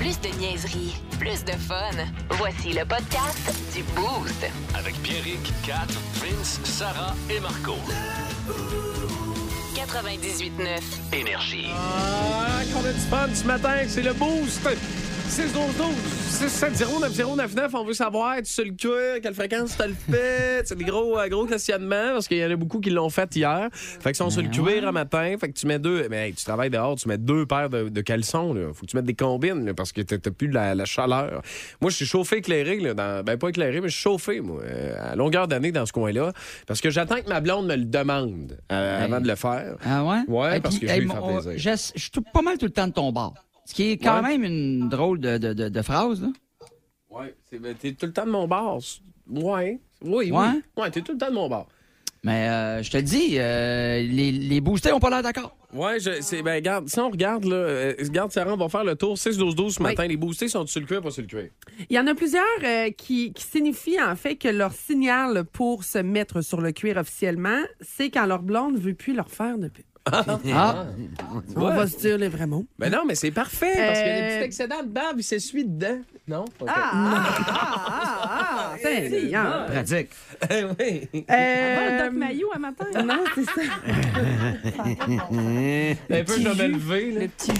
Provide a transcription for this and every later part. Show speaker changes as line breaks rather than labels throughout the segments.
Plus de niaiserie, plus de fun. Voici le podcast du Boost.
Avec Pierrick, Kat, Vince, Sarah et Marco.
98.9.
Énergie.
Ah, qu'on a du fun ce matin, c'est le boost! 6 12 12 6 7 0 9 0 9 9 on veut savoir, tu sur le cul, quelle fréquence tu le fait? C'est des gros, euh, gros questionnements parce qu'il y en a beaucoup qui l'ont fait hier. Fait que si on se le cuir un matin, fait que tu mets deux, mais hey, tu travailles dehors, tu mets deux paires de, de caleçons, là. Faut que tu mettes des combines, là, parce que t'as t'as plus la, la chaleur. Moi, je suis chauffé éclairé, là, dans- ben pas éclairé, mais je suis chauffé, moi, euh, à longueur d'année dans ce coin-là, parce que j'attends que ma blonde me le demande euh, avant de le faire.
Ah ouais?
Ouais,
Et
parce
puis,
que je vais lui
hey,
faire
on-
plaisir.
Je je suis tout- pas mal tout le temps de ton bord. Ce qui est quand
Ouais.
même une drôle de, de, de, de phrase, là.
Ouais, c'est- ben, t'es tout le temps de mon bord. c- Ouais. Oui, oui.
Ouais?
Ouais, t'es tout le temps de mon bord.
Mais euh, je te le dis, euh, les, les boostés n'ont pas l'air d'accord.
Ouais, je, c'est, ben, regarde, si on regarde, là, euh, regarde, Sarah, on va faire le tour 6-12-12 ce matin. Les boostés sont sur le cuir, pas sur le cuir.
Il y en a plusieurs euh, qui, qui signifient en fait que leur signal pour se mettre sur le cuir officiellement, c'est quand leur blonde ne veut plus leur faire de pub.
Ah,
On va se dire les vrais mots.
Ben non, mais c'est parfait, parce qu'il y a des
Euh,
petits excédents de barbe, il s'essuie dedans. Non? OK.
Ah, ah, Seigneur.
pratique.
Eh oui.
Euh,
maillot à matin.
non, c'est ça.
Ben, Un peu de levé, là. Le petit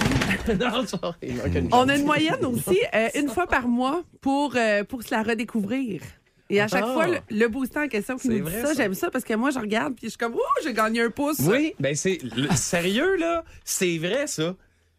Non, sorry, il manque une
On a une moyenne aussi, euh, une fois par mois, pour, euh, pour se la redécouvrir. Et à chaque
Ah.
fois, le, le booster en question qui
C'est
nous dit
vrai,
ça,
ça.
j'aime ça parce que moi, je regarde puis je suis comme, ouh, j'ai gagné un pouce.
Oui, ben c'est le- sérieux là, c'est vrai ça.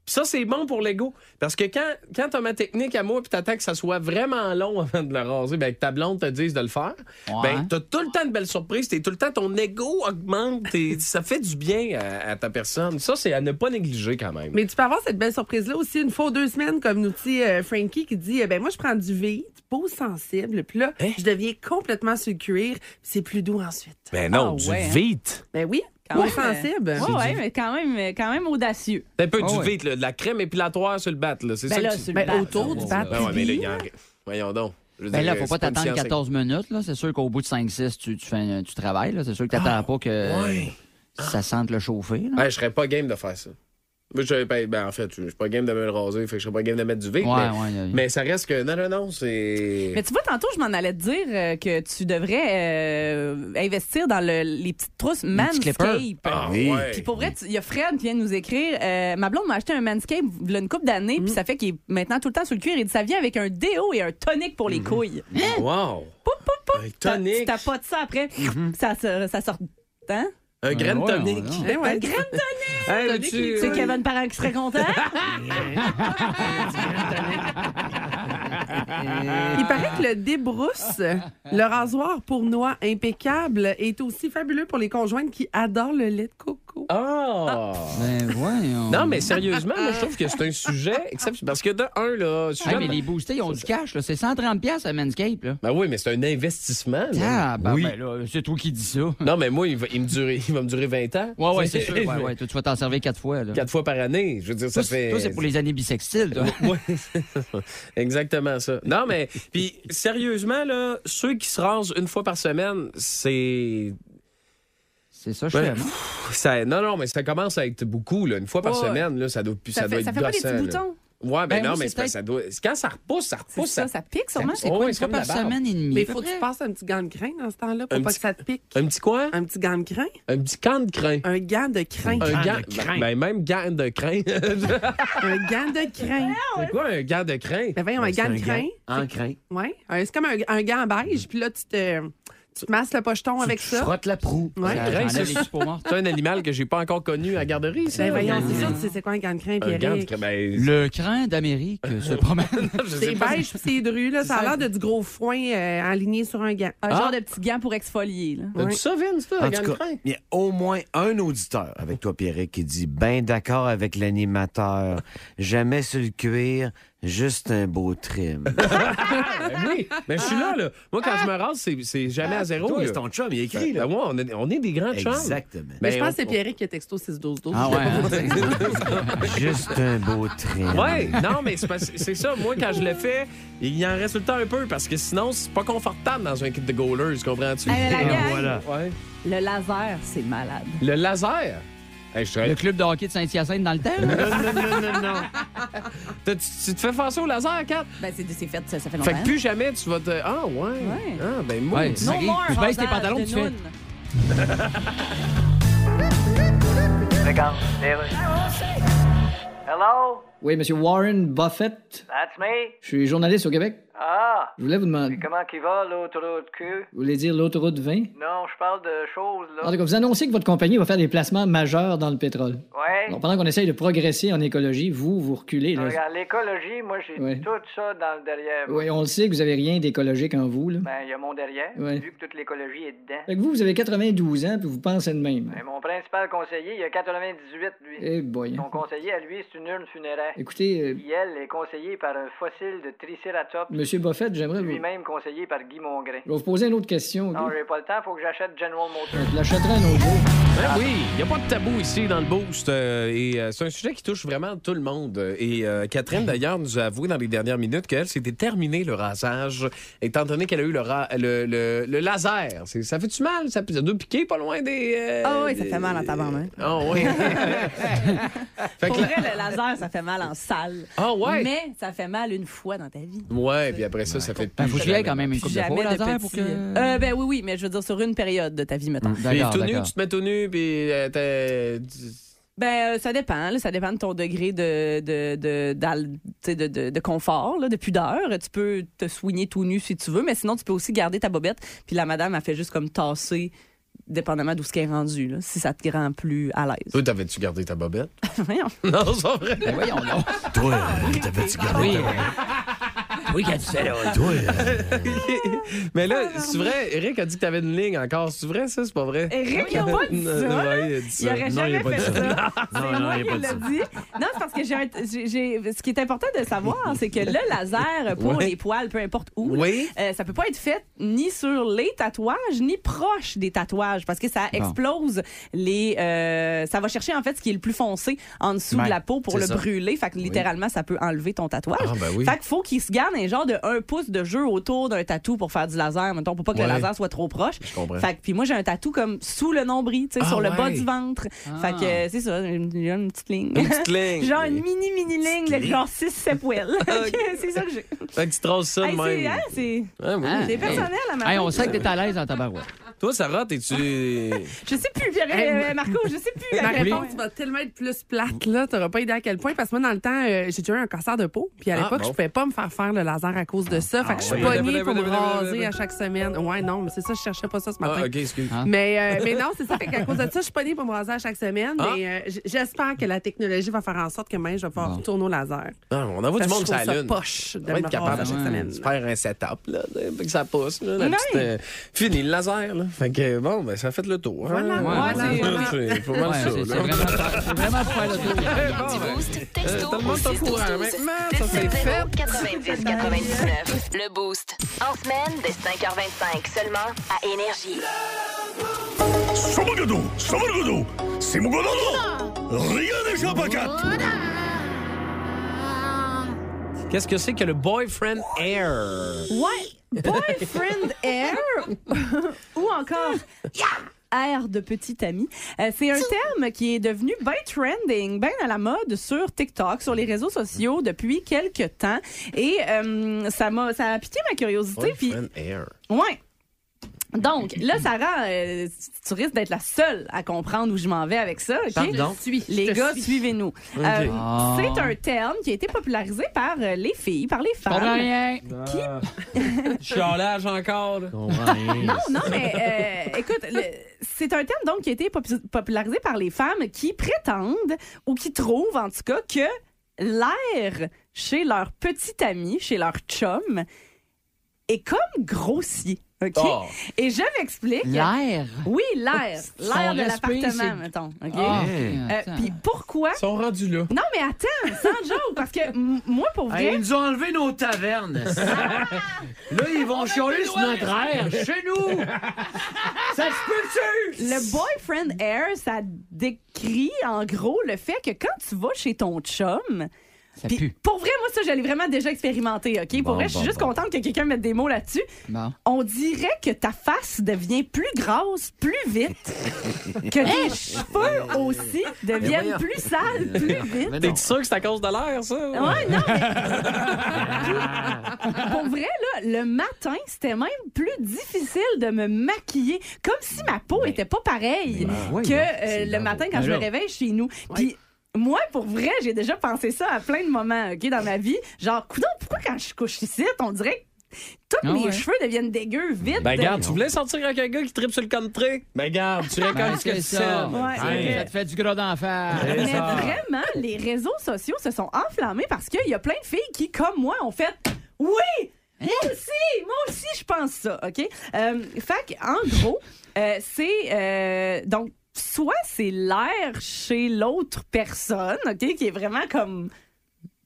Puis ça c'est bon pour l'ego parce que quand quand t'as ma technique à moi puis t'attends que ça soit vraiment long avant de le raser, ben que ta blonde te dise de le faire, ben
Ouais.
t'as tout le temps de belles surprises, t'es tout le temps ton ego augmente, t'es- ça fait du bien à, à ta personne. Ça c'est à ne pas négliger quand même.
Mais tu peux avoir cette belle surprise-là aussi une fois aux deux semaines, comme nous dit euh, Frankie qui dit eh ben moi je prends du VI, du peau sensible, puis là
Hein?
je deviens complètement sur le cuir, puis c'est plus doux ensuite.
Ben
Ah
non,
ouais, hein.
du vite.
Ben oui,
Quand
peau
même,
sensible.
Ouais, ouais, mais quand même, euh, quand même audacieux.
Un peu
Ah
du
ouais.
vite là, de la crème épilatoire sur le bat là, c'est
Ben
ça
là,
que tu...
sur le
Ben,
bat,
autour
là,
du
on-
bat.
Ben ouais, mais là, il y en- voyons donc. Je veux
Ben là,
dire, euh,
faut
c'est
pas
une
t'attendre
science
14 minutes, là. C'est sûr qu'au bout de 5-6, tu, tu, fais un- tu travailles, là. C'est sûr que t'attends pas que
Ah, ouais.
euh, ça sente le chauffer, là.
Ouais, je serais pas game de faire ça. Moi, je, ben, ben, en fait, je je suis pas game de me le raser, fait que je serais pas game de mettre du vide.
Ouais,
mais,
ouais, ouais.
mais ça reste que. Non, non, non, c'est.
Mais tu vois, tantôt, je m'en allais te dire euh, que tu devrais euh, investir dans le- les petites trousses
petits clippers.
Manscape.
Ah, ouais.
Puis pour vrai, tu- il y a Fred qui vient de nous écrire. euh, ma blonde m'a acheté un Manscape il y a une couple d'années,
Mm.
puis ça fait qu'il est maintenant tout le temps sur le cuir. Il dit ça vient avec un déo et un tonic pour les couilles.
Wow! Un
T'as- Tu
Mm-hmm. tonic! Mm-hmm.
tapotes ça après, ça, se- ça sort. Hein?
Un grain
Ouais,
tonic!
ouais, ouais.
Ben ouais.
Un grain de tonic!
Hey, mais
Tu sais qu'il y avait une parent qui serait content?
Il paraît que le débrousse, le rasoir pour noix impeccable est aussi fabuleux pour les conjointes qui adorent le lait de coco.
Ah!
Ben voyons.
Non, mais sérieusement, moi, je trouve que c'est un sujet. exceptionnel. Parce que de un, là. sujet-
Hey, mais les boostés, ils ont du cash, là. C'est 130$ piastres à Manscape, là.
Ben oui, mais c'est un investissement. là.
Ah, ben,
oui.
ben là, c'est toi qui dis ça.
Non, mais moi, il va, il me durer- il va me durer 20 ans.
Ouais, ouais, c'est sûr. Ouais, ouais. Toi, tu vas t'en servir quatre fois, là.
Quatre fois par année. Je veux dire, ça
Toi, c'est-
fait.
toi, c'est pour les années bissextiles, toi.
Oui, exactement ça. Non, mais puis sérieusement, là, ceux qui se rasent une fois par semaine, c'est...
C'est ça, je fais.
Ouais.
moi.
ça- Non, non, mais ça commence à être beaucoup. Là. Une fois par
Ouais.
semaine, là, ça doit, plus- ça
Ça,
doit
fait, ça
être
fait pas des petits
gossant, là.
boutons.
Ouais, ben,
Ben,
non,
moi,
mais
c'est
c'est parce que ça doit... Quand ça repousse, ça
C'est
repousse.
ça,
Ça...
ça pique sûrement.
C'est
Ouais,
quoi, une
c'est
fois
comme
par
la barbe.
semaine et demie?
Mais
à
il
peu
faut que tu
près?
passes un petit gant de crin dans ce temps-là pour
Un
pas
petit-
que ça te pique.
Un petit quoi?
Un petit gant de crin,
Un petit camp de crin.
un gant de crin,
Un gant de crin. Ben, même gant de crin.
un gant de crin.
c'est quoi un gant de crin?
Ben voyons, un gant de crin.
En crin.
Ouais, Euh, c'est comme un, un gant beige, puis là tu te tu te masses le pocheton avec
Tu
ça.
frottes la proue.
Ouais.
Ça-
Crin,
j'enlève
c'est-
les suppos morts.
C'est un animal que j'ai pas encore connu à la garderie, ça.
Ben voyons, c'est sûr, tu sais c'est quoi un gant de crin,
Un gant de
Pierre.
crin. Ben,
Le crin d'Amérique se promène.
je sais
C'est
pas.
beige, puis c'est dru, là. Ça a l'air de du gros foin euh, aligné sur un gant.
Un
Ah.
genre de petit gant pour exfolier. Là.
T'as-tu ça, Vince, toi, un
En
gant
tout
de
cas,
crin?
il y a au moins un auditeur avec toi, Pierrick, qui dit ben d'accord avec l'animateur. Jamais sur le cuir, juste un beau trim.
Ben oui, mais je suis là, là. Moi, quand je me rase, c'est- c'est jamais à zéro.
Ah, Toi,
là.
c'est ton chum, il écrit,
Ben,
là.
ouais, on, est, on est des grands chums.
Exactement.
Mais je
Ben,
pense
on-
que c'est Pierre qui a texto 612 12
Ah ouais, hein?
Juste un beau trim.
Ouais, non, mais c'est parce- c'est ça. Moi, quand je le fais, il en reste tout le temps un peu parce que sinon, c'est pas confortable dans un kit de goalers, comprends-tu?
Hey, mais la gang,
Ouais.
Le laser, c'est malade.
Le laser. Hey, je
Le
serais-
club de hockey de Saint-Hyacinthe dans le temps, là?
Non, non, non, non, non. T'as- Tu, tu te fais faire ça au laser, Kat?
Ben, c'est c'est fait, ça, ça
Fait
fait longtemps.
que plus jamais tu vas te. Ah, ouais. Ah, ben, moi,
Ouais.
No more
Tu baisses tes
rasage
pantalons,
de
tu fais-
noun.
Hello?
Oui, Monsieur Warren Buffett.
That's me?
Je suis journaliste au Québec.
Ah!
Je voulais vous demander.
Comment qui va l'autoroute Q?
Vous voulez dire l'autoroute 20?
Non, je parle de choses,
En
là.
tout cas, vous annoncez que votre compagnie va faire des placements majeurs dans le pétrole.
Ouais.
Bon, pendant qu'on essaye de progresser en écologie, vous, vous reculez. là.
Regarde, l'écologie, moi, j'ai
Ouais.
tout ça dans le derrière. moi.
Oui, on le sait que vous avez rien d'écologique en vous. Là.
Ben, il y a mon derrière,
Ouais.
vu que toute l'écologie est dedans.
Fait que vous, vous avez 92 ans, puis vous pensez de même.
Mais mon principal conseiller, il a 98, lui.
Eh boy.
Son conseiller, à lui, c'est une urne funéraire.
Écoutez, euh,
Qui, elle, est conseillée par un fossile de Triceratops,
Monsieur Buffett, j'aimerais vous...
lui-même conseillé par Guy Mongrain.
Je vais vous poser une autre question.
Non,
ok?
j'ai pas le temps, faut que j'achète General Motors.
Je l'achèterai un autre jour.
Ben oui, il n'y a pas de tabou ici dans le boost. euh, et euh, c'est un sujet qui touche vraiment tout le monde. Et euh, Catherine, d'ailleurs, nous a avoué dans les dernières minutes qu'elle s'était terminée le rasage, étant donné qu'elle a eu le, ra- le, le- le laser. C'est- Ça fait-tu mal? Ça, ça doit piquer pas loin des. euh,
Ah oui, ça fait
des-
mal en tabarnak.
Ah oui. fait
Pour
que la-
vrai, le laser, ça fait mal en salle.
Ah ouais?
Mais ça fait mal une fois dans ta vie.
Ouais, puis après ça, ça fait.
Ben, faut
plus
qu'il y ait
jamais.
quand même une coupe de
Jamais
fois au
de
laser
petit-
pour que... Mm.
Euh, ben oui, oui, mais je veux dire sur une période de ta vie, mettons.
Puis
D'accord,
tout nu,
d'accord.
tu te mets tout nu, puis euh, t'es-
Ben, euh, ça dépend. là. ça dépend de ton degré de, de, de, d'al- tu sais, de, de- de confort, là, de pudeur. Tu peux te soigner tout nu si tu veux, mais sinon, tu peux aussi garder ta bobette. Puis la madame, elle fait juste comme tasser, dépendamment d'où ce qu'elle est rendu, là, si ça te rend plus à l'aise.
Toi, t'avais-tu gardé ta bobette?
Voyons.
non, c'est pas vrai.
Ben voyons donc.
Toi,
Ah,
euh, t'avais-tu gardé ta-
Oui, quand tu fais là.
Toi, euh,
Mais là, c'est vrai, Eric a dit que t'avais une ligne encore. C'est vrai, ça? C'est pas vrai?
Eric, il a pas dit
Non,
ça,
non,
là.
il a dit
Il
ça.
aurait
Euh, Non, il a
jamais
pas
fait
dit
ça.
ça.
C'est
Non, non,
moi
il a
qui
pas
l'ai
dit
dit. Non, c'est parce que j'ai, un- j'ai- j'ai- ce qui est important de savoir, c'est que le laser pour
Ouais.
les poils, peu importe où, là,
Oui.
euh, ça peut pas être fait ni sur les tatouages, ni proche des tatouages, parce que ça
Bon.
explose les. euh, ça va chercher en fait ce qui est le plus foncé en dessous
Ben,
de la peau pour
c'est
le
ça.
brûler. Fait que littéralement, ça peut enlever ton tatouage.
Ah, ben oui.
Fait qu'il faut qu'il se garde un genre de 1 pouce de jeu autour d'un tatou pour faire du laser, mettons, pour pas que
Ouais.
le laser soit trop proche.
Je comprends.
Fait que, puis moi, j'ai un tatou comme sous le nombril, tu sais,
Ah
sur le bas
ouais.
du ventre.
Ah.
Fait que euh, c'est ça, j'ai une, j'ai une petite ligne.
Une petite ligne.
genre une mini, mini ligne de genre 6-7 poils. c'est ça que j'ai.
Fait que tu traces ça de
Hey, c'est
même.
hein, c'est-
Ah, oui.
Hein?
c'est personnel à ma
Hey, on sait que t'es à l'aise en tabarouette.
Toi, Sarah, t'es-tu.
Je sais plus, Pierre- euh, Marco, je sais plus.
Ma
la
réponse va tellement être plus plate, là. T'auras pas idée à quel point. Parce que moi, dans le temps, euh, j'ai déjà eu un cancer de peau. Puis à
Ah,
l'époque,
bon.
je pouvais pas me faire faire le laser à cause de ça. Fait que je suis
ouais.
pognée pour me
Blablabla.
raser à chaque semaine. Ouais, non, mais c'est ça, je cherchais pas ça ce matin.
Ah, ok, excuse.
Ah.
Mais, euh, mais non, c'est ça. Fait qu'à cause de ça, je suis pognée pour me raser à chaque semaine.
Ah.
Mais euh, j- j'espère que la technologie va faire en sorte que même je vais pouvoir
Bon.
retourner au laser.
Non, on envoie du
Parce
monde
que je
sur la
trouve ça
lune.
poche de
On va
me
être capable à
raser
chaque
chaque
semaine
semaine.
de se faire un setup, là, puis que ça pousse, là, la
Ouais.
petite, euh, fini le laser, là. Fait que bon, ben, ça fait le tour. hein.
Voilà,
Ouais, voilà,
c'est-
voilà.
c'est pas mal
Ouais,
ça,
c'est c'est
là.
vraiment, c'est vraiment pour faire le tour.
Ah
Du boost, texto
tout Euh, le
au
monde est au
6
courant
12
maintenant, ça, c'est
270 90 99. Le boost. En semaine dès 5h25 seulement à Énergie.
Qu'est-ce que c'est que le boyfriend air?
Ouais, boyfriend air ou encore air de petit ami. Euh, c'est un terme qui est devenu bien trending, bien à la mode sur TikTok, sur les réseaux sociaux depuis quelques temps. Et euh, ça m'a, ça a piqué ma curiosité. Puis,
Boyfriend air.
ouais. Donc, là, Sarah, euh, tu risques d'être la seule à comprendre où je m'en vais avec ça. ok?
Pardon?
Suis, je
Les
te
gars,
suis.
suivez-nous. Euh,
Ah.
C'est un terme qui a été popularisé par euh, les filles, par les
Je
femmes.
comprends rien.
Chialage encore, là.
Non, non, mais euh, écoute, le- c'est un terme donc qui a été popu- popularisé par les femmes qui prétendent ou qui trouvent en tout cas que l'air chez leur petit ami, chez leur chum, est comme grossier. OK?
Ah.
Oh.
Et je m'explique.
L'air.
Oui, l'air. L'air
Son
de
respect,
l'appartement,
c'est-
mettons. OK?
Ah, ok,
Euh,
attends.
Puis pourquoi?
Ils sont rendus là.
Non, mais attends, sans joke, parce que m- moi, pour vrai.
nous ont enlevé nos tavernes.
Ah!
Là, ils vont chialer sur notre air chez nous. Ça se peut-tu?
Le boyfriend air, ça décrit en gros le fait que quand tu vas chez ton chum,
Ça
Puis,
pue.
pour vrai, moi, ça, j'allais vraiment déjà expérimenter, OK?
Bon,
Pour vrai, je suis
bon,
juste
bon.
contente que quelqu'un mette des mots là-dessus.
Bon.
On dirait que ta face devient plus grasse, plus vite. que tes cheveux aussi deviennent
voyons.
plus sales, plus vite.
Mais non.
T'es sûr que c'est à cause de l'air, ça?
Ouais, non, mais... Puis, pour vrai, là, le matin, c'était même plus difficile de me maquiller, comme si ma peau était pas pareille
ouais,
que
non,
euh,
c'est
le
bravo.
matin quand je me réveille chez nous. Puis moi, pour vrai, j'ai déjà pensé ça à plein de moments ok, dans ma vie. Genre, coudon, pourquoi quand je couche ici, on dirait que tous
Ah
mes
ouais.
cheveux deviennent dégueux vite.
Ben, garde, tu voulais sortir avec un gars qui tripe sur le country? Ben, garde, tu
Ben,
récoltes ce que
c'est
tu
ça.
sèmes.
Ouais, c'est
Hein.
vrai.
Ça te fait du gros d'enfer.
Mais vraiment, les réseaux sociaux se sont enflammés parce qu'il y a plein de filles qui, comme moi, ont fait Oui! Moi aussi! Moi aussi, je pense ça, OK? Euh, fait que, en gros, euh, c'est. euh, donc, soit c'est l'air chez l'autre personne, OK, qui est vraiment comme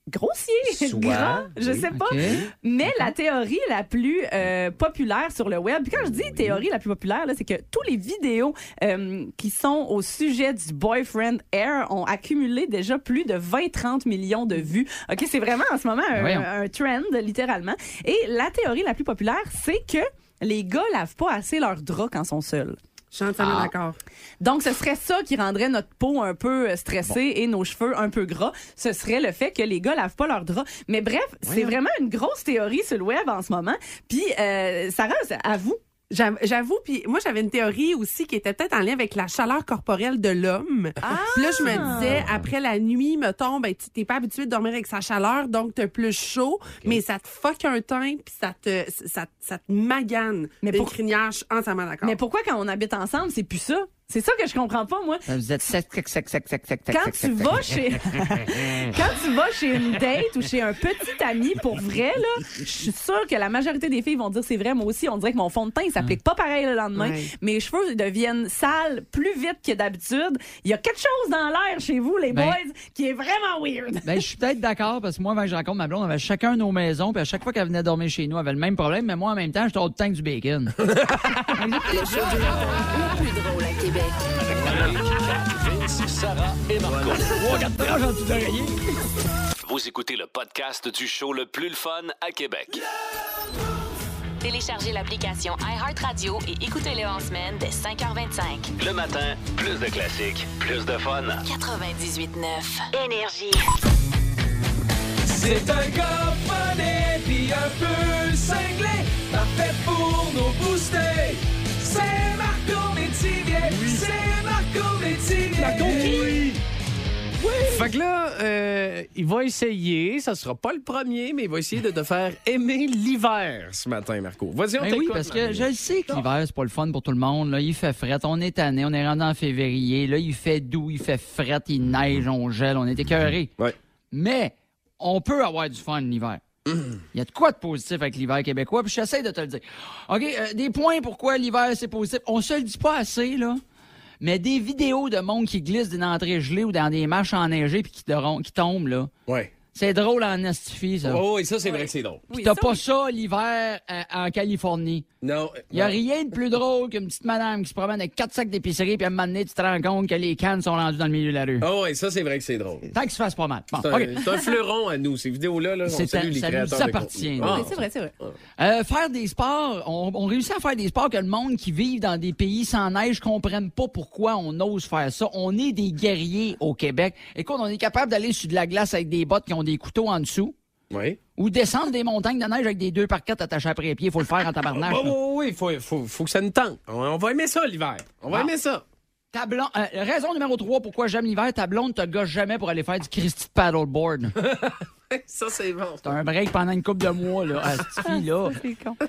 grossier,
Soit,
grand, je
oui,
sais pas.
OK.
Mais la théorie la plus euh, populaire sur le web, puis quand je dis théorie la plus populaire, là, c'est que tous les vidéos euh, qui sont au sujet du boyfriend air ont accumulé déjà plus de 20-30 millions de vues. OK, c'est vraiment en ce moment un,
Voyons.
un trend, littéralement. Et la théorie la plus populaire, c'est que les gars lavent pas assez leurs draps quand sont seuls.
Je suis entièrement
Ah.
d'accord.
Donc, ce serait ça qui rendrait notre peau un peu euh, stressée et nos cheveux un peu gras. Ce serait le fait que les gars lavent pas leurs draps. Mais bref, c'est vraiment une grosse théorie sur le web en ce moment. Puis, euh, Sarah, à vous.
J'av- J'avoue, puis moi j'avais une théorie aussi qui était peut-être en lien avec la chaleur corporelle de l'homme. Puis là je me disais après la nuit, mettons, ben tu t'es pas habitué de dormir avec sa chaleur, donc t'es plus chaud, mais ça te fuck un teint puis ça te ça, ça te magane. Mais
Mais
pour
pour-
crinière, je suis entièrement d'accord.
Mais pourquoi quand on habite ensemble, c'est plus ça? C'est ça que je comprends pas, moi.
Vous êtes sec, sec, sec, sec, sec, sec,
Quand
sec,
tu
sec, sec.
vas chez quand tu vas chez une date ou chez un petit ami pour vrai là, je suis sûre que la majorité des filles vont dire c'est vrai moi aussi on dirait que mon fond de teint il s'applique pas pareil le lendemain.
Ouais.
Mes cheveux deviennent sales plus vite que d'habitude. Il y a quelque chose dans l'air chez vous les
Ben-
boys qui est vraiment weird.
Ben, je suis peut-être d'accord parce que moi, quand je rencontre ma blonde, on avait chacun nos maisons, puis à chaque fois qu'elle venait dormir chez nous, elle avait le même problème, mais moi, en même temps, j'étais au tank du bacon.
Le show du retour le plus drôle à Québec.
Vince, Sarah et Marco. Vous écoutez le podcast du show le plus le fun à Québec.
Téléchargez l'application iHeartRadio et écoutez-le en semaine dès 5h25.
Le matin, plus de classiques, plus de fun.
98.9. Énergie.
C'est un gars funny, puis un peu cinglé, parfait pour nos booster. C'est Marco Métivier, c'est Marco Métivier. Marco oui. Fait que là, euh, il va essayer, ça sera pas le premier, mais il va essayer de te faire aimer l'hiver ce matin, Marco. Vas-y, on
Ben oui,
t'écoute.
parce que
Marco.
je le sais que l'hiver, c'est pas le fun pour tout le monde. Là, il fait fret, on est tanné, on est rendu en février. Là, il fait doux, il fait fret, il neige, on gèle, on est écœuré.
Mm. Ouais.
Mais on peut avoir du fun l'hiver.
Mm.
Il y a de quoi de positif avec l'hiver québécois, puis j'essaie de te le dire. OK, euh, des points pourquoi l'hiver, c'est positif. On se le dit pas assez, là. Mais des vidéos de monde qui glisse d'une entrée gelée ou dans des marches enneigées puis qui, doron- qui tombent, là.
Ouais.
C'est drôle en estifie, ça.
Oh, et ça, c'est vrai que c'est drôle.
Puis t'as pas ça l'hiver euh, en Californie.
Non.
Il n'y a rien de plus drôle qu'une petite madame qui se promène avec quatre sacs d'épicerie, puis à un moment donné, tu te rends compte que les cannes sont rendues dans le milieu de la rue.
Oh, et ça, c'est vrai que c'est drôle.
Tant que se fasse pas mal. Bon,
C'est un,
OK.
c'est un fleuron à nous, ces vidéos-là. Là, on
C'est
salue
un-
les
ça nous
créateurs de
appartient.
contenu.
Oui,
Ah.
C'est vrai, c'est vrai.
Euh, faire des sports, on, on réussit à faire des sports que le monde qui vit dans des pays sans neige comprenne pas pourquoi on ose faire ça. On est des guerriers au Québec. Écoute, on est capable d'aller sur de la glace avec des bottes qui ont des couteaux en dessous.
Oui.
Ou descendre des montagnes de neige avec des deux par quatre attachés après les pieds. Faut le faire en tabarnak.
Ah, Oui,
là.
oui, oui, faut, faut, faut que ça nous tente. On, on va aimer ça l'hiver. On va
Ah.
aimer ça.
Ta blonde- euh, raison numéro 3 pourquoi j'aime l'hiver, ta blonde te gâche jamais pour aller faire du Christy de paddleboard.
Ça, c'est bon.
T'as un break pendant une couple de mois, là. Ah, cette fille-là.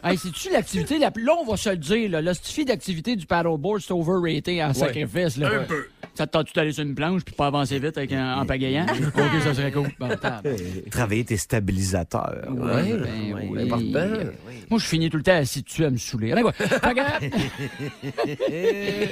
Hey, c'est-tu l'activité la plus. Là, on va se le dire, là. La fille d'activité du paddleboard, c'est overrated en sacrifice, là.
Un peu.
Ça te tente-tu d'aller sur une planche puis pas avancer vite avec un, en pagayant? ok, ça serait cool. Bon, t'as-
Travailler tes stabilisateurs.
Ouais, ben oui.
important.
Moi, je finis tout le temps assis dessus à me saouler. Regarde, quoi. Fait que-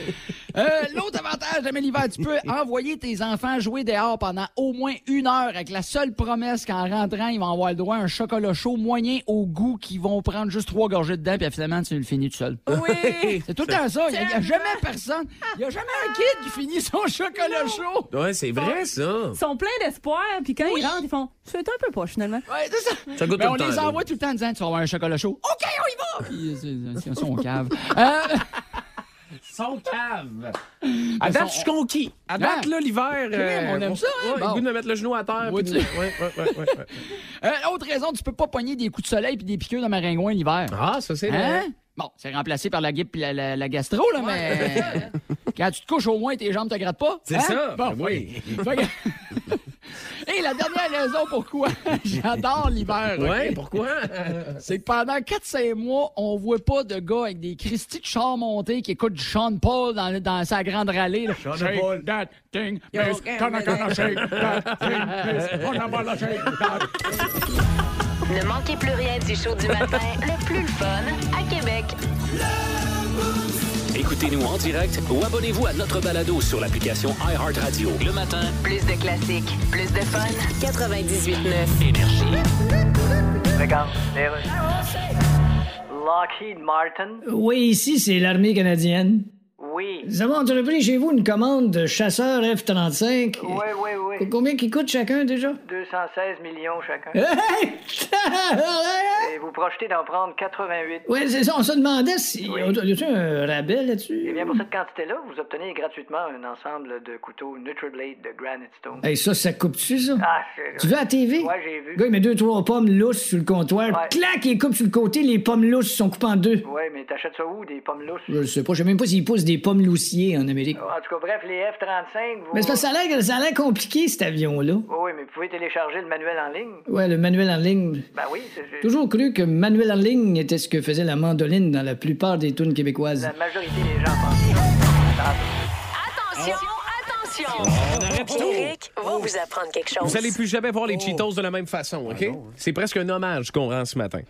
Euh, L'autre avantage de l'hiver, tu peux envoyer tes enfants jouer dehors pendant au moins une heure avec la seule promesse qu'en rentrant, ils vont avoir le droit à un chocolat chaud moyen au goût qu'ils vont prendre juste trois gorgées dedans, puis finalement, tu le finis tout seul.
Oui.
C'est tout le temps ça. Il n'y a, jamais personne. Il n'y a jamais un kid qui finit son chocolat chaud.
Ouais, c'est vrai, ça.
Ils sont pleins d'espoir, puis quand ils rentrent, ils font C'est un peu poche, finalement.
Ouais, c'est ça.
Ça goûte
Mais Ben,
tout
on
le temps,
les
là.
envoie tout le temps en disant Tu vas avoir un chocolat chaud. OK, on y va. Puis, euh, c'est- Ils sont cave. Euh,
Son cave. À date,
son-
je suis conquis. À date, là, l'hiver. euh,
on aime ça, hein?
Ouais,
Bon.
le goût de me mettre le genou à terre.
Ouais,
puis-
tu-
ouais, ouais, ouais, ouais, ouais.
euh, autre raison, tu peux pas pogner des coups de soleil puis des piqûres de maringouin l'hiver.
Ah, ça, c'est. vrai.
Hein? Bon, c'est remplacé par la grippe puis la, la- la gastro, là, mais quand tu te couches, au moins, tes jambes te grattent pas.
hein. C'est
Hein?
ça.
Bon,
Ben oui.
Fait que- Et la dernière raison pourquoi j'adore l'hiver, ok?
Ouais, pourquoi?
c'est que pendant 4-5 mois, on voit pas de gars avec des Christy de char montés qui écoutent du Sean Paul dans, le- dans sa grande rallye. là. Shake that thing, miss. Gonna, gonna shake that thing, miss. Gonna, gonna shake that
Ne manquez plus rien du show du matin, le plus le fun à Québec.
Écoutez-nous en direct ou abonnez-vous à notre balado sur l'application iHeartRadio. Le matin,
Plus de classiques, plus de fun. 98.9.
énergie.
Regarde, les rues. Lockheed Martin?
Oui, ici, c'est l'armée canadienne.
Oui.
Nous avons entrepris chez vous une commande de chasseurs F-35.
Oui, oui,
Et
oui.
Combien qui coûte chacun déjà?
216 millions chacun.
Hey!
Et vous projetez d'en prendre 88.
ouais, c'est ça, on se demandait si. Y a-tu un rabais
Eh
là-dessus?
bien, pour cette quantité-là, vous obtenez gratuitement un ensemble de couteaux NutriBlade de Granite Stone.
Hey, ça, ça coupe-tu, ça?
Ah, c'est...
Tu veux à la TV?
Ouais, j'ai vu.
Le gars, il met deux, trois pommes lousses sur le comptoir.
Ouais.
Clac, il coupe sur le côté, les pommes lousses sont coupées en deux.
Ouais, mais t'achètes ça où, des pommes lousses?
Je sais pas, je sais même pas s'ils poussent des pommes loussiers en Amérique.
En tout cas, bref, les F-35, vous...
Mais c'est parce que ça a l'air, ça a l'air compliqué, cet avion-là.
Oui, mais vous pouvez télécharger le manuel en ligne.
Ouais, le manuel en ligne.
Ben oui, c'est... c'est-
Toujours cru que manuel en ligne était ce que faisait la mandoline dans la plupart des tunes québécoises.
La majorité des gens pensent ça.
Attention, attention. Eric va vous apprendre quelque chose.
Vous allez plus jamais voir les Cheetos de la même façon, OK? C'est presque un hommage qu'on rend ce matin.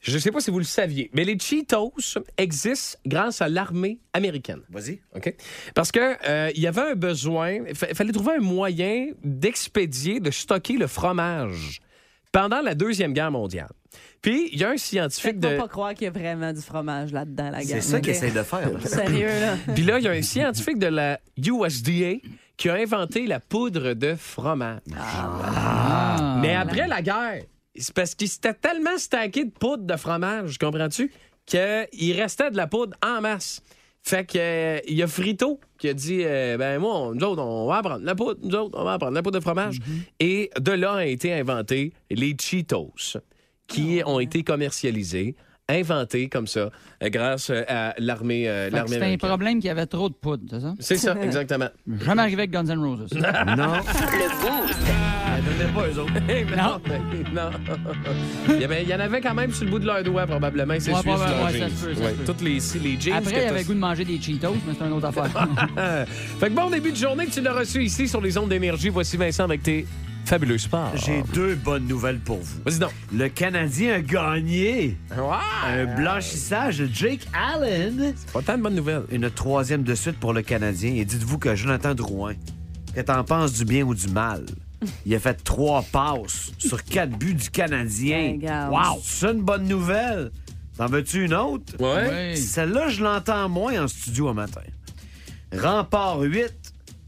Je sais pas si vous le saviez, mais les Cheetos existent grâce à l'armée américaine.
Vas-y.
OK? Parce que euh, il y avait un besoin, il fallait trouver un moyen d'expédier, de stocker le fromage pendant la Deuxième Guerre mondiale. Puis, il y a un
Fait
scientifique
ne
de...
pas croire qu'il y a vraiment du fromage là-dedans, la
C'est
gueule.
ça
Ok.
qu'ils essaient de faire. là.
Sérieux, là.
Puis là, il y a un scientifique de la USDA qui a inventé la poudre de fromage.
Ah.
Ah. Mais après la guerre, c'est parce qu'il s'était tellement stacké de poudre de fromage, comprends-tu, qu'il restait de la poudre en masse. Fait que euh, il y a Frito qui a dit euh, ben moi on- nous autres on va en prendre la poudre nous autres on va en prendre la poudre de fromage
Mm-hmm.
et de là a été inventé les Cheetos
Ah,
qui ont été commercialisés inventés comme ça euh, grâce euh, à l'armée euh,
Fait que
l'armée
C'était un
américaine.
problème qu'il y avait trop de poudre, c'est ça?
C'est ça, exactement.
Jamais arrivé avec Guns N' Roses.
Le boost.
Ah,
non. non. il, y avait- il y en avait quand même sur le bout de leurs doigts, probablement. C'est
Ouais,
celui
probable-
sur leurs
ouais, ça
jeans.
se peut, ça se peut.
Toutes les, les jeans.
Après,
que
il
t'as-
avait le goût de manger des Cheetos, mais c'est une autre affaire.
Ah. Fait que bon début de journée, tu l'as reçu ici sur les ondes d'énergie. Voici Vincent avec tes fabuleux sports.
J'ai deux bonnes nouvelles pour vous.
Vas-y donc.
Le Canadien a gagné
Ah.
un blanchissage de Jake Allen.
Pas tant de bonnes nouvelles.
Une troisième de suite pour le Canadien. Et dites-vous que Jonathan Drouin, que t'en penses du bien ou du mal, il a fait trois passes sur quatre buts du Canadien.
Regarde.
wow! C'est ça une bonne nouvelle? T'en veux-tu une autre?
Ouais.
Ouais.
Celle-là, je l'entends moins en studio un matin. Rempart 8,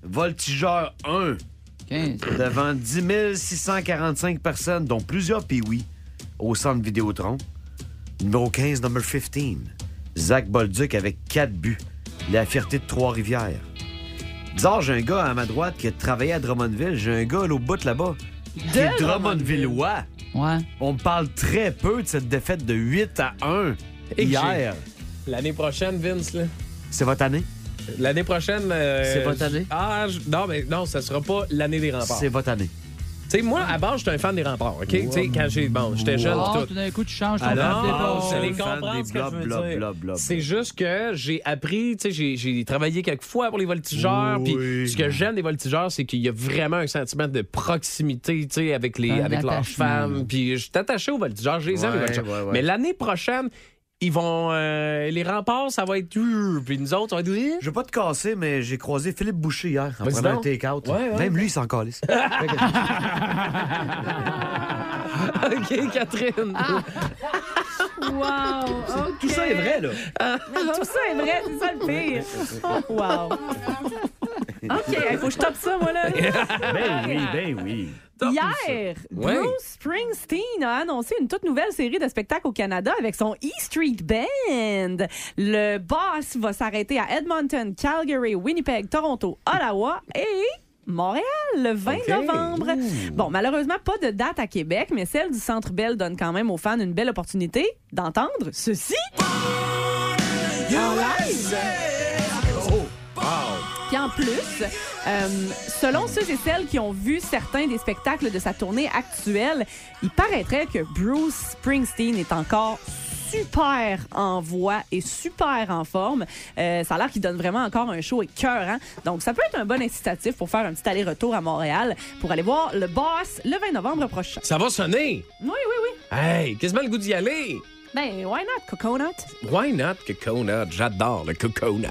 voltigeur 1,
OK.
devant 10 645 personnes, dont plusieurs Pee-Wee, au centre Vidéotron. Numéro 15, number 15. Zach Bolduc avec 4 buts. La fierté de Trois-Rivières. Bizarre, j'ai un gars à ma droite qui a travaillé à Drummondville. J'ai un gars là, au bout là-bas qui est Drummondvillois.
Ouais.
On parle très peu de cette défaite de 8 à 1
Et
hier.
L'année prochaine, Vince, là.
C'est votre année?
L'année prochaine. euh,
C'est votre année?
Ah, je- non, mais non, ça sera pas l'année des remparts.
C'est votre année.
Tu sais, moi, à base, j'étais un fan des remparts, OK? Tu sais, quand j'ai. Bon, j'étais jeune,
Ah,
tout.
tout d'un coup, tu changes ton
Alors,
plan de
ah,
départ.
vous allez
fan
comprendre
des
ce que je veux
blob,
dire.
blob, blob.
C'est juste que j'ai appris, tu sais, j'ai- j'ai travaillé quelques fois pour les voltigeurs.
Oui.
Puis ce que j'aime des voltigeurs, c'est qu'il y a vraiment un sentiment de proximité, tu sais, avec, les,
Un
avec leurs
attachement.
femmes. Puis je suis attaché aux voltigeurs, je les aime, les
Ouais,
voltigeurs.
ouais, ouais.
Mais l'année prochaine, ils vont. euh, les remparts, ça va être. euh, Puis nous autres, on va être. euh,
Je vais pas te casser, mais j'ai croisé Philippe Boucher hier en
Vas-y
prenant un
donc.
take-out.
Ouais, ouais.
Même lui, il s'en calisse.
Ah.
OK, Catherine.
Wow! OK. Ah,
Tout ça est vrai, là.
Tout ça est vrai, c'est ça le pire. Wow! OK, il faut que je tape ça, moi, là.
Ben oui, ben oui.
Top
Hier,
Ouais.
Bruce Springsteen a annoncé une toute nouvelle série de spectacles au Canada avec son E Street Band. Le boss va s'arrêter à Edmonton, Calgary, Winnipeg, Toronto, Ottawa et Montréal le 20
Ok.
novembre. Bon, malheureusement, pas de date à Québec, mais celle du Centre Bell donne quand même aux fans une belle opportunité d'entendre ceci. Puis en plus, euh, selon ceux et celles qui ont vu certains des spectacles de sa tournée actuelle, il paraîtrait que Bruce Springsteen est encore super en voix et super en forme. Euh, ça a l'air qu'il donne vraiment encore un show écœurant. Donc, ça peut être un bon incitatif pour faire un petit aller-retour à Montréal pour aller voir le boss le 20 novembre prochain.
Ça va sonner.
Oui, oui, oui.
Hey, quasiment le goût d'y aller.
Ben, why not, coconut?
Why not coconut? J'adore le coconut.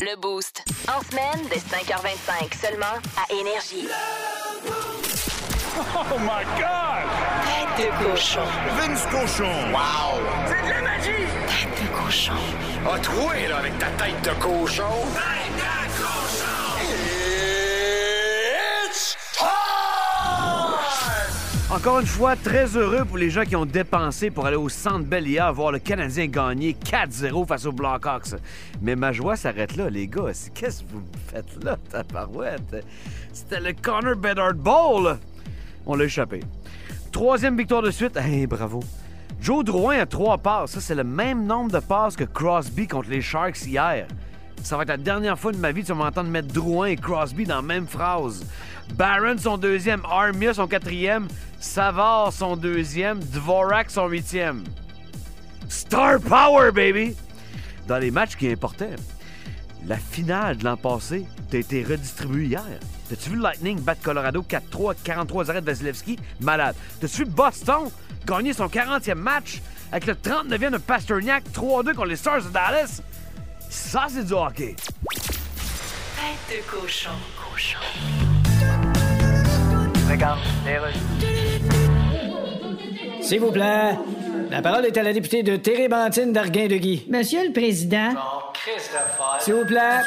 Le Boost. En semaine dès 5h25 seulement à Énergie. Oh my God! Tête de cochon.
Vince Cochon. Wow! C'est de la magie! Tête de cochon. A troué, là, avec ta tête de cochon. Tête de cochon! It's time!
Encore une fois, très heureux pour les gens qui ont dépensé pour aller au Centre Bell hier voir le Canadien gagner 4-0 face aux Blackhawks. Mais ma joie s'arrête là, les gars. C'est- Qu'est-ce que vous me faites là, tabarouette? C'était le Connor Bedard Bowl. On l'a échappé. Troisième victoire de suite. Hey, bravo. Joe Drouin a trois passes. Ça, c'est le même nombre de passes que Crosby contre les Sharks hier. Ça va être la dernière fois de ma vie que tu vas m'entendre mettre Drouin et Crosby dans la même phrase. Barron, son deuxième. Armia, son quatrième. Savard, son deuxième. Dvorak, son huitième. Star Power, baby! Dans les matchs qui importaient, la finale de l'an passé t'a été redistribuée hier. T'as-tu vu le Lightning battre Colorado 4-3, 43 arrêts de Vasilevski? Malade. T'as-tu vu Boston gagner son 40e match avec le 39e de Pasternak 3-2 contre les Stars de Dallas? Ça, c'est du hockey.
Tête de cochon. Cochon.
S'il vous plaît, la parole est à la députée de Térébentine d'Arguin-de-Guy.
Monsieur le Président,
S'il vous plaît.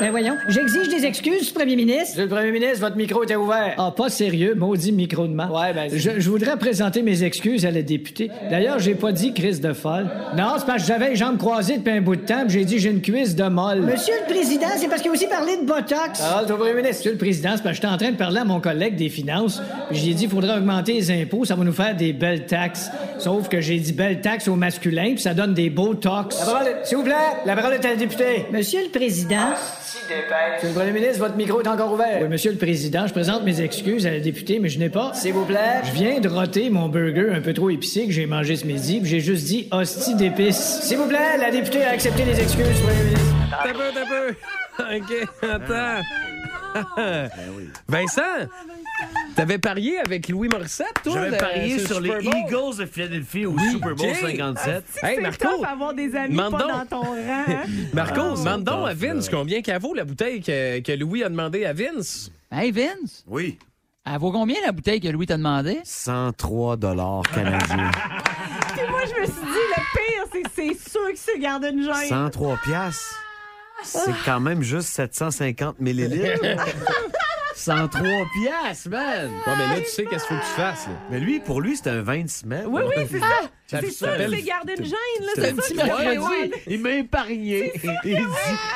ben voyons, j'exige des excuses, Premier ministre.
Monsieur le premier ministre, votre micro était ouvert.
Ah, pas sérieux, maudit micro de main.
Ouais, ben, c'est-
je, je voudrais présenter mes excuses à la députée. D'ailleurs, j'ai pas dit crise de folle. Non, c'est parce que j'avais les jambes croisées depuis un bout de temps, puis j'ai dit j'ai une cuisse de molle.
Monsieur
le Président, c'est parce qu'il a aussi parlé de Botox.
Parole au premier ministre.
Monsieur le Président, c'est parce que j'étais en train de parler à mon collègue des finances, puis j'ai dit faudrait augmenter les impôts, ça va nous faire des belles taxes. Sauf que j'ai dit belles taxes au masculin, puis ça donne des beaux tox.
La parole est- S'il vous plaît, la parole est à la députée.
Monsieur le Président.
Monsieur le premier ministre, votre micro est encore ouvert.
Oui, Monsieur le Président, je présente mes excuses à la députée, mais je n'ai pas.
S'il vous plaît.
Je viens de roter mon burger un peu trop épicé que j'ai mangé ce midi, puis j'ai juste dit hostie d'épices.
S'il vous plaît, la députée a accepté les excuses, premier ministre.
T'as un peu, t'as un peu. OK, attends.
Ah.
Ben, Vincent, t'avais parié avec Louis Morissette, toi?
J'avais
le-
parié
le
sur les
Super Bowl.
Eagles de Philadelphie au Super Bowl
Jay.
57.
Hey,
C'est
Marco,
tough avoir des amis
demande
pas
donc.
dans ton rang. hein?
Marco, demande donc à
Ah, tough,
Vince combien qu'elle vaut la bouteille que, que Louis a demandé à Vince.
Hey Vince,
Oui.
elle vaut combien la bouteille que Louis t'a demandé?
103 dollars canadiens.
Puis moi, je me suis dit, le pire, c'est que c'est sûr que se garde une gêne.
103 piastres. C'est quand même juste 750 millilitres. 103 piastres, man!
Bon, Ah, mais là, tu sais qu'est-ce qu'il faut que tu fasses. Là.
Mais lui, pour lui, c'était un 20 semaines.
Oui, oui, c'est ça.
Ça
C'est sûr que
s'appelle-
c'est garder une gêne, là.
C'est
C'est
un
ça
petit
que je
mercredi.
veux dire.
Il m'a épargné. Il dit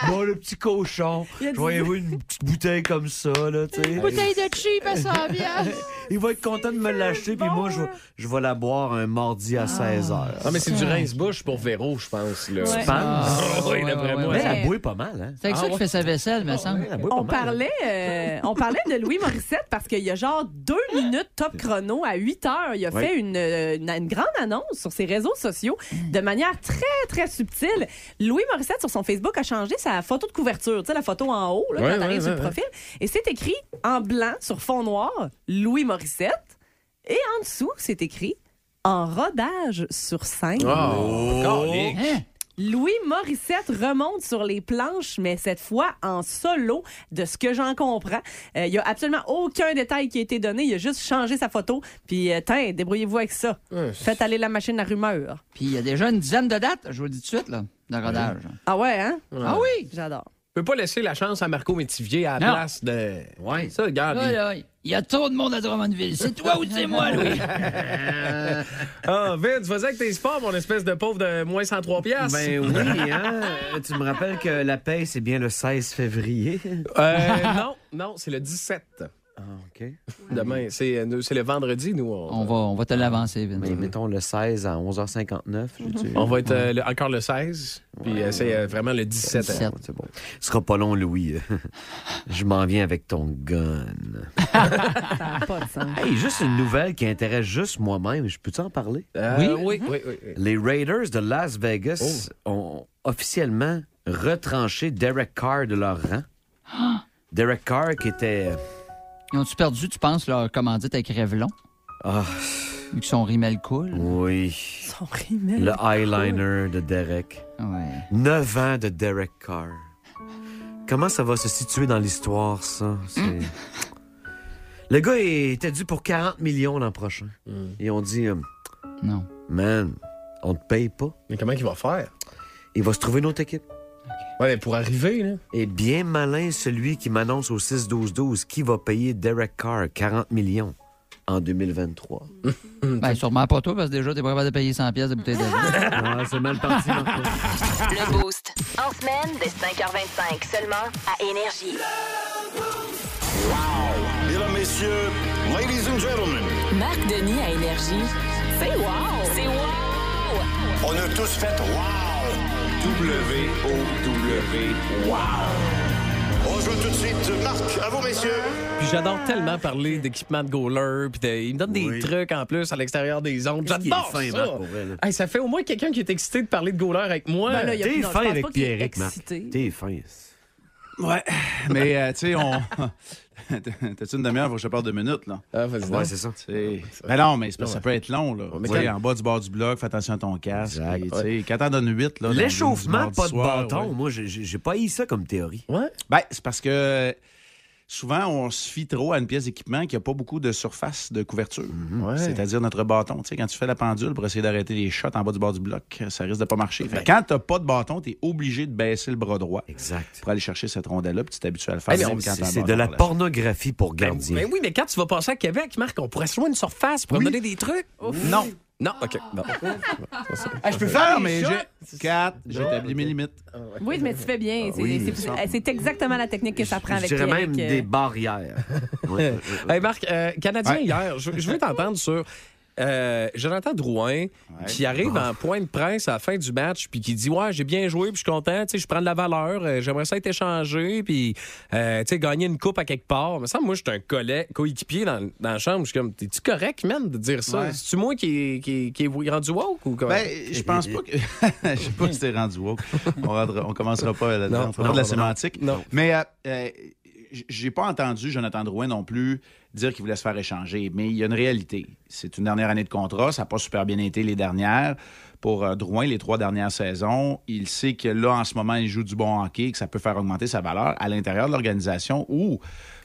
Bon, le petit cochon,
Il a dit-
voyez-vous une petite bouteille comme ça, là, tu sais.
Bouteille de cheap, à s'en vient.
Il va être content de me l'acheter, puis moi, je, vais- je vais la boire un mardi
Ah.
à 16 h.
Non, Ah, mais c'est du rince-bouche pour Véro, je pense. Là.
Ouais.
Ah, oui,
Ah,
d'après moi.
Mais elle
Ouais.
bouille pas mal, hein?
C'est avec
Ah
ça qu'il
ouais.
fait sa vaisselle, me semble.
Elle bouille pas
On
mal.
parlait, euh, on parlait de Louis Morissette parce qu'il y a genre deux minutes top chrono à 8 heures. Il a
Oui.
fait une, euh, une, une grande annonce sur ses réseaux sociaux de manière très, très subtile. Louis Morissette, sur son Facebook, a changé sa photo de couverture. Tu sais, la photo en haut, là,
Ouais,
quand t'arrives
ouais,
sur le
ouais,
profil. Et c'est écrit en blanc sur fond noir, Louis Morissette. Et en dessous, c'est écrit en rodage sur scène.
Oh, calique.
Hein?
Louis Morissette remonte sur les planches, mais cette fois en solo, de ce que j'en comprends. Euh, Il y a absolument aucun détail qui a été donné. Il a juste changé sa photo. Puis, euh, tiens, débrouillez-vous avec ça.
Ah,
Faites aller la machine à rumeurs.
Puis il y a déjà une dizaine de dates, je vous le dis tout de suite, là, de rodage.
Ah ouais, hein?
Ah oui!
J'adore.
peux pas laisser la chance à Marco Métivier à la
Non.
place de. Ouais. Ça, regarde.
Là,
il-
là, il y a trop de monde à Drummondville. C'est toi ou c'est moi, Louis?
Ah, Vince, vas-y avec tes sports, mon espèce de pauvre de moins 103 piastres.
Ben oui, hein? Tu me rappelles que la paix, c'est bien le 16 février?
Euh, non, non, c'est le 17. Ah,
OK.
Demain, c'est euh, c'est le vendredi, nous. On,
va, on va te l'avancer, Vince.
Mais mettons le 16 à 11h59.
Mhm.
On va être euh, le- encore le 16, puis euh, c'est euh, vraiment le 17.
Ouais, c'est bon. Ce sera pas long, Louis. Je m'en viens avec ton gun. Hey, juste une nouvelle qui intéresse juste moi-même. Je peux-tu en parler?
Euh, oui, oui, oui, oui.
Les Raiders de Las Vegas ont officiellement retranché Derek Carr de leur rang. Derek Carr qui était...
Ils ont-tu perdu, tu penses, leur commandite avec Revlon?
Ah.
Vu que son rimel cool.
Oui.
Son
rimel.
Le eyeliner de Derek.
Ouais.
9 ans de Derek Carr. Comment ça va se situer dans l'histoire, ça? C'est- Le gars il était dû pour 40 millions l'an prochain. Et on dit... euh,
Non.
Man, on te paye pas.
Mais comment il va faire?
Il va se trouver une autre équipe.
Ouais, mais pour arriver, là...
Et bien malin celui qui m'annonce au 6-12-12 qui va payer Derek Carr 40 millions en 2023.
Ben, sûrement pas toi, parce que déjà, t'es pas capable de payer 100 pièces de bouteille de vin.
Ah, c'est mal parti,
Le Boost. En semaine dès 5h25 seulement à Énergie.
Mesdames, messieurs, ladies and gentlemen,
Marc Denis à Énergie. C'est wow! C'est wow!
Oh!
on a tous fait wow! W-O-W, wow! On joue tout de suite. Marc, à vous, messieurs.
Puis j'adore tellement parler d'équipement de goaler, puis de- il me donne des trucs en plus à l'extérieur des ondes.
Qu'est-ce qu'il
J'adore
est fin,
ça!
Marc, pour vrai, là?
Hey, ça fait au moins quelqu'un qui est excité de parler de goaler avec moi.
Ben là, il y a T'es plus- non, je fin pense avec pas qu'il est
Pierrick, Marc. excité.
T'es fin.
Ouais, mais euh, tu sais, on. T'as-tu une demi-heure, faut que je te parle deux minutes, là?
Ah, vas-y.
Ouais, c'est ça.
Mais non, mais c'est parce que ça peut être long, là.
mais
Tu sais,
quand-
en bas du bord du bloc, fais attention à ton casque. puis, tu sais, Quand t'en donnes 8, là. dans le- du
L'échauffement,
mardi
pas de
soir,
bâton.
ouais.
Moi, j'ai- j'ai j'ai pas eu ça comme théorie.
Ouais.
Ben, c'est parce que souvent, on se fie trop à une pièce d'équipement qui n'a pas beaucoup de surface de couverture.
Mhm.
C'est-à-dire notre bâton. Tu sais, quand tu fais la pendule pour essayer d'arrêter les shots en bas du bord du bloc, ça risque de pas marcher. Fait que
Ben.
quand tu pas de bâton, tu es obligé de baisser le bras droit pour aller chercher cette rondelle-là, puis tu t'habitues à le faire.
Hey, mais
même
on-
quand
Ben, c'est
t'as un
c'est de
bâton
la
par la
pornographie pour gardien.
Ben oui, mais quand tu vas passer à Québec, Marc, on pourrait se louer une surface pour me donner des trucs.
Non.
Non, OK. Non.
Ah, je peux faire, mais j'ai. 4, j'établis mes limites.
Oui, mais tu fais bien. C'est
oui,
c'est-
il semble.
c'est exactement la technique que ça prend
Ah Je
avec
dirais même
Pierrick, euh,
des barrières.
Hey, Marc, euh, Canadien
Ouais.
hier, je, je veux t'entendre sur euh, Jonathan Drouin qui arrive en point de presse à la fin du match puis qui dit Ouais, j'ai bien joué, puis je suis content, tu sais, je prends de la valeur, euh, j'aimerais ça être échangé, puis euh, tu sais, gagner une coupe à quelque part. Mais ça, moi, je suis un collègue, coéquipier dans, dans la chambre. Je suis comme T'es-tu correct, man, de dire ça
Ouais.
C'est-tu moi qui, qui, qui est rendu woke ou comment
Ben, je pense pas que. Je sais pas si t'es rendu woke. On, rentre- on commencera pas là-dedans.
Non,
On fera pas de la
non, non,
sémantique. Mais euh, euh, j- j'ai pas entendu Jonathan Drouin non plus dire qu'il voulait se faire échanger. Mais il y a une réalité. C'est une dernière année de contrat. Ça n'a pas super bien été les dernières. Pour euh, Drouin, les trois dernières saisons, il sait que là, en ce moment, il joue du bon hockey, que ça peut faire augmenter sa valeur à l'intérieur de l'organisation ou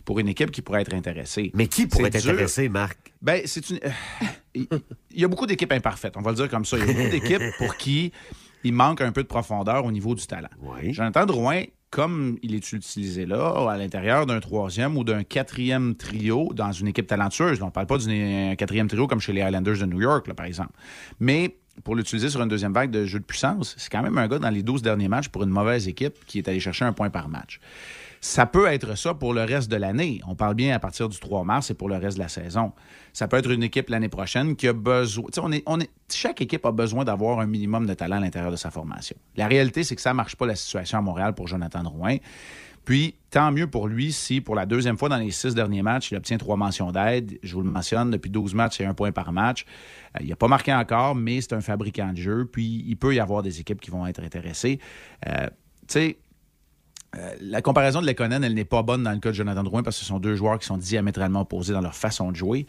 pour une équipe qui pourrait être intéressée.
Mais qui pourrait
C'est
être
dur.
intéressé, Marc?
Ben, c'est une. Il il y a beaucoup d'équipes imparfaites, on va le dire comme ça. Il y a beaucoup d'équipes pour qui il manque un peu de profondeur au niveau du talent. Jonathan Drouin, comme il est utilisé là, à l'intérieur d'un troisième ou d'un quatrième trio dans une équipe talentueuse, là, on ne parle pas d'un quatrième trio comme chez les Highlanders de New York, là, par exemple. Mais pour l'utiliser sur une deuxième vague de jeu de puissance, c'est quand même un gars dans les 12 derniers matchs pour une mauvaise équipe qui est allé chercher un point par match. Ça peut être ça pour le reste de l'année. On parle bien à partir du 3 mars et pour le reste de la saison. Ça peut être une équipe l'année prochaine qui a besoin. tu sais, On est, on est, chaque équipe a besoin d'avoir un minimum de talent à l'intérieur de sa formation. La réalité, c'est que ça ne marche pas la situation à Montréal pour Jonathan Drouin. Puis, tant mieux pour lui si, pour la deuxième fois dans les six derniers matchs, il obtient trois mentions d'aide. Je vous le mentionne, depuis 12 matchs, c'est un point par match. Euh, il n'a pas marqué encore, mais c'est un fabricant de jeu. Puis, il peut y avoir des équipes qui vont être intéressées. Euh, tu sais, euh, la comparaison de Lekonen, elle n'est pas bonne dans le cas de Jonathan Drouin parce que ce sont deux joueurs qui sont diamétralement opposés dans leur façon de jouer.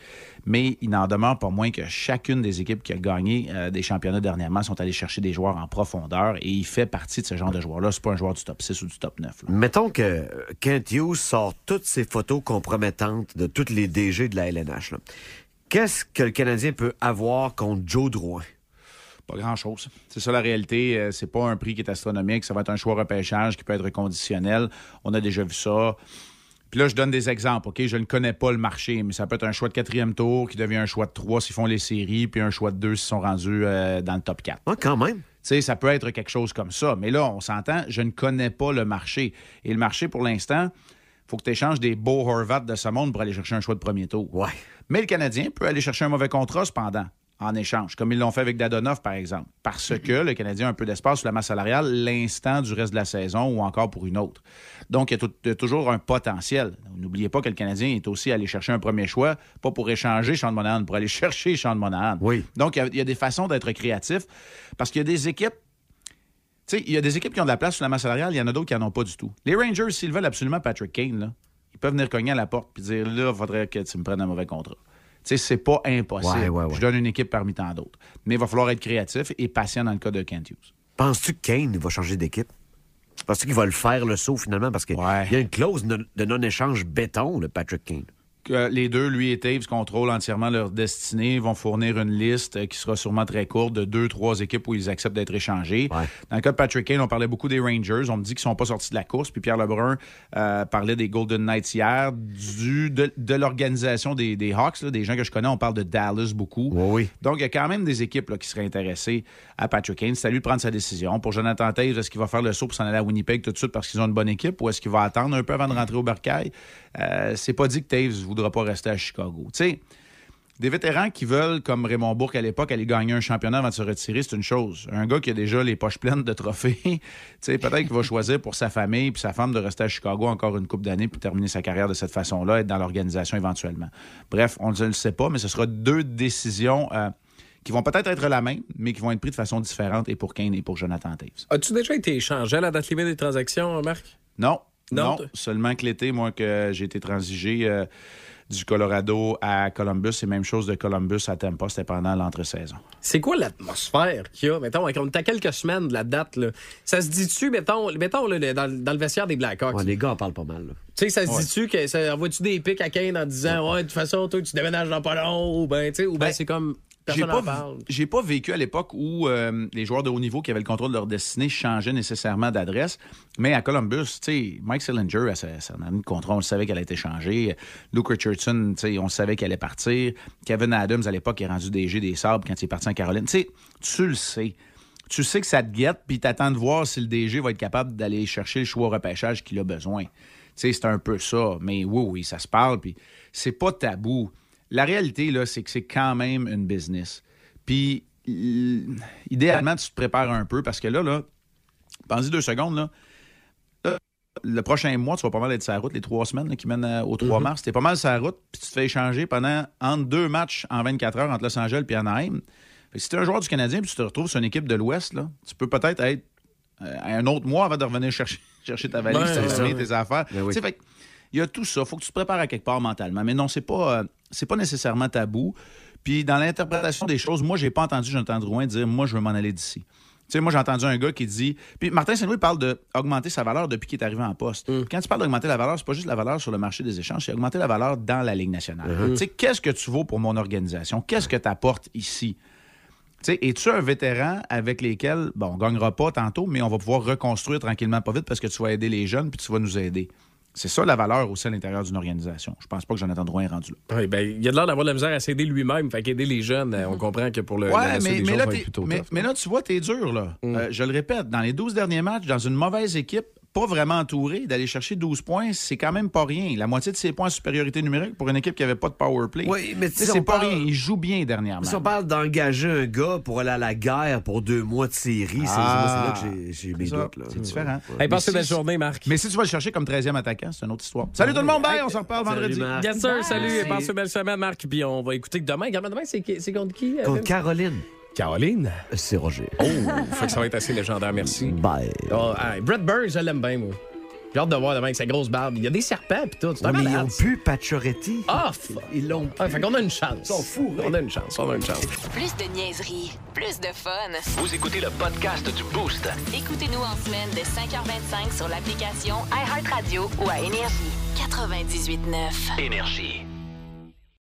Mais il n'en demeure pas moins que chacune des équipes qui a gagné euh, des championnats dernièrement sont allées chercher des joueurs en profondeur et il fait partie de ce genre de joueur-là. C'est pas un joueur du top 6 ou du top 9.
Mettons que euh, Kent Hughes sort toutes ses photos compromettantes de toutes les DG de la LNH. là. Qu'est-ce que le Canadien peut avoir contre Joe Drouin?
Pas grand-chose. C'est ça la réalité. Euh, C'est pas un prix qui est astronomique. Ça va être un choix repêchage qui peut être conditionnel. On a déjà vu ça. Puis là, je donne des exemples, OK? Je ne connais pas le marché, mais ça peut être un choix de quatrième tour qui devient un choix de trois s'ils font les séries, puis un choix de deux s'ils sont rendus euh, dans le top 4.
quand même.
Tu sais, ça peut être quelque chose comme ça. Mais là, on s'entend, je ne connais pas le marché. Et le marché, pour l'instant, faut que tu échanges des beaux Horvat de ce monde pour aller chercher un choix de premier tour.
Ouais.
Mais le Canadien peut aller chercher un mauvais contrat, cependant, en échange, comme ils l'ont fait avec Dadonov, par exemple, parce que le Canadien a un peu d'espace sur la masse salariale l'instant du reste de la saison ou encore pour une autre. Donc, il y a, tout- il y a toujours un potentiel. N'oubliez pas que le Canadien est aussi allé chercher un premier choix, pas pour échanger Sean Monahan, pour aller chercher Sean Monahan. Oui. Donc, il y a- il y a des façons d'être créatif, parce qu'il y a des équipes tu sais, il y a des équipes qui ont de la place sur la masse salariale, il y en a d'autres qui n'en ont pas du tout. Les Rangers, s'ils veulent absolument Patrick Kane, là, ils peuvent venir cogner à la porte et dire là, il faudrait que tu me prennes un mauvais contrat. Tu sais, c'est pas impossible.
Ouais, ouais, ouais.
Je donne une équipe parmi tant d'autres. Mais il va falloir être créatif et patient dans le cas de Kent Hughes.
Penses-tu que Kane va changer d'équipe? Penses-tu qu'il va le faire le saut finalement? Parce qu'il y a une clause de de non-échange béton, le Patrick Kane.
Que les deux, lui et Taves, contrôlent entièrement leur destinée, Ils vont fournir une liste euh, qui sera sûrement très courte de deux, trois équipes où ils acceptent d'être échangés. Dans le cas de Patrick Kane, on parlait beaucoup des Rangers. On me dit qu'ils sont pas sortis de la course. Puis Pierre Lebrun euh, parlait des Golden Knights hier, du, de, de l'organisation des, des Hawks, là, des gens que je connais. On parle de Dallas beaucoup. Donc, il y a quand même des équipes là, qui seraient intéressées à Patrick Kane. C'est à lui de prendre sa décision. Pour Jonathan Taves, est-ce qu'il va faire le saut pour s'en aller à Winnipeg tout de suite parce qu'ils ont une bonne équipe ou est-ce qu'il va attendre un peu avant de rentrer au Barcail? Euh, c'est pas dit que Taves ne voudra pas rester à Chicago. Tu sais, des vétérans qui veulent, comme Raymond Bourque à l'époque, aller gagner un championnat avant de se retirer, c'est une chose. Un gars qui a déjà les poches pleines de trophées, tu sais, peut-être qu'il va choisir pour sa famille puis sa femme de rester à Chicago encore une coupe d'années puis terminer sa carrière de cette façon-là, être dans l'organisation éventuellement. Bref, on ne le sait pas, mais ce sera deux décisions euh, qui vont peut-être être la même, mais qui vont être prises de façon différente et pour Kane et pour Jonathan Taves.
As-tu déjà été échangé à la date limite des transactions, hein, Marc?
Non.
Non,
Non,
t-
seulement que l'été, moi, que j'ai été transigé euh, du Colorado à Columbus et même chose de Columbus à Tampa, c'était pendant l'entre-saison.
C'est quoi l'atmosphère qu'il y a, mettons, quand on est à quelques semaines de la date, là, ça se dit-tu, mettons, mettons là, le- dans, le- dans le vestiaire des Blackhawks?
les gars en parlent pas mal.
Tu sais, ça se
Ouais.
dit-tu que ça envoie-tu des pics à Kane en disant, ouais, de toute façon, toi, tu déménages dans pas long, ou ben, tu sais, ou ben, c'est comme,
J'ai
personne
pas,
n'en
v-
parle.
j'ai pas vécu à l'époque où euh, les joueurs de haut niveau qui avaient le contrôle de leur destinée changeaient nécessairement d'adresse. Mais à Columbus, tu sais, Mike Sillinger, à sa, sa année de contrat, on le savait qu'elle allait être échangée. Luke Richardson, tu sais, on savait qu'elle allait partir. Kevin Adams, à l'époque, est rendu DG des Sabres quand il est parti en Caroline. Tu sais, tu le sais. Tu sais que ça te guette, puis t'attends de voir si le DG va être capable d'aller chercher le choix au repêchage qu'il a besoin. Tu sais, c'est un peu ça. Mais oui, oui, ça se parle, puis c'est pas tabou. La réalité, là, c'est que c'est quand même une business. Puis, l- idéalement, tu te prépares un peu parce que là, là, pense-y deux secondes, là. Là, Le prochain mois, tu vas pas mal être sur la route, les trois semaines là, qui mènent euh, au
Mm-hmm.
3 mars. Tu es pas mal sur la route, puis tu te fais échanger pendant entre deux matchs en 24 heures entre Los Angeles et Anaheim. Fait que si tu es un joueur du Canadien puis tu te retrouves sur une équipe de l'Ouest, là, tu peux peut-être être euh, un autre mois avant de revenir chercher, chercher ta valise,
Ouais,
ta
ouais,
famille,
ouais.
tes affaires.
Ben oui.
Tu sais, fait que il y a tout ça. faut que tu te prépares à quelque part mentalement. Mais non, c'est pas, euh, c'est pas nécessairement tabou. Puis dans l'interprétation des choses, moi, j'ai pas entendu Jonathan Drouin dire Moi, je veux m'en aller d'ici. Tu sais, moi, j'ai entendu un gars qui dit. Puis Martin Saint-Louis parle d'augmenter sa valeur depuis qu'il est arrivé en poste. Quand tu parles d'augmenter la valeur, c'est pas juste la valeur sur le marché des échanges, c'est augmenter la valeur dans la Ligue nationale.
Mhm.
Tu sais, qu'est-ce que tu vaux pour mon organisation? Qu'est-ce que tu apportes ici? Tu sais, es-tu un vétéran avec lesquels, bon, on ne gagnera pas tantôt, mais on va pouvoir reconstruire tranquillement pas vite parce que tu vas aider les jeunes puis tu vas nous aider. C'est ça la valeur aussi à l'intérieur d'une organisation. Je pense pas que Jonathan Drouin est rendu là.
Oui, ben, il y a de l'air d'avoir de la misère à s'aider lui-même, fait qu'aider les jeunes, euh, on comprend que pour le. le
Ouais,
reste
mais,
des
mais
choses
là,
va être
t'es-
plutôt
mais-
tough.
mais là, tu vois, t'es dur, là.
Mm.
Euh, je le répète, dans les 12 derniers matchs, dans une mauvaise équipe, pas vraiment entourée, d'aller chercher 12 points, c'est quand même pas rien. La moitié de ses points en supériorité numérique pour une équipe qui avait pas de power play.
Oui, mais
Tu
si
sais, c'est
on
pas
parle-
rien. Il joue bien dernièrement.
Si on parle d'engager un gars pour aller à la guerre pour deux mois de série, c'est-
Ah.
c'est là que j'ai- j'ai mes
C'est ça.
doutes. là.
C'est différent.
Ouais.
journée, Marc.
Mais si tu vas le chercher comme 13e attaquant, c'est une autre histoire.
Ah
Salut tout le monde, bye, on se reparle vendredi.
Yes,
Ben,
sir, salut. Passez une belle semaine, Marc. Puis on va écouter que demain. Également, demain, c'est qui- c'est contre qui? euh, Vince?
Caroline.
Caroline?
C'est Roger.
Oh, fait que ça va être assez légendaire, merci.
Bye.
Ah, Brett Burns, je l'aime bien, moi. J'ai hâte de voir demain avec sa grosse barbe. Il y a des serpents, pis tout. C'est un
Ouais, mais ils
malade.
ont pu Pacioretty.
Ah, fuck.
Ils l'ont
Ah, fait qu'on a une chance. Ils
sont fous,
On a une chance, on a une chance.
Plus de niaiserie, plus de fun.
Vous écoutez le podcast du Boost.
Écoutez-nous en semaine de 5h25 sur l'application iHeartRadio ou à Énergie. 98.9.
Énergie.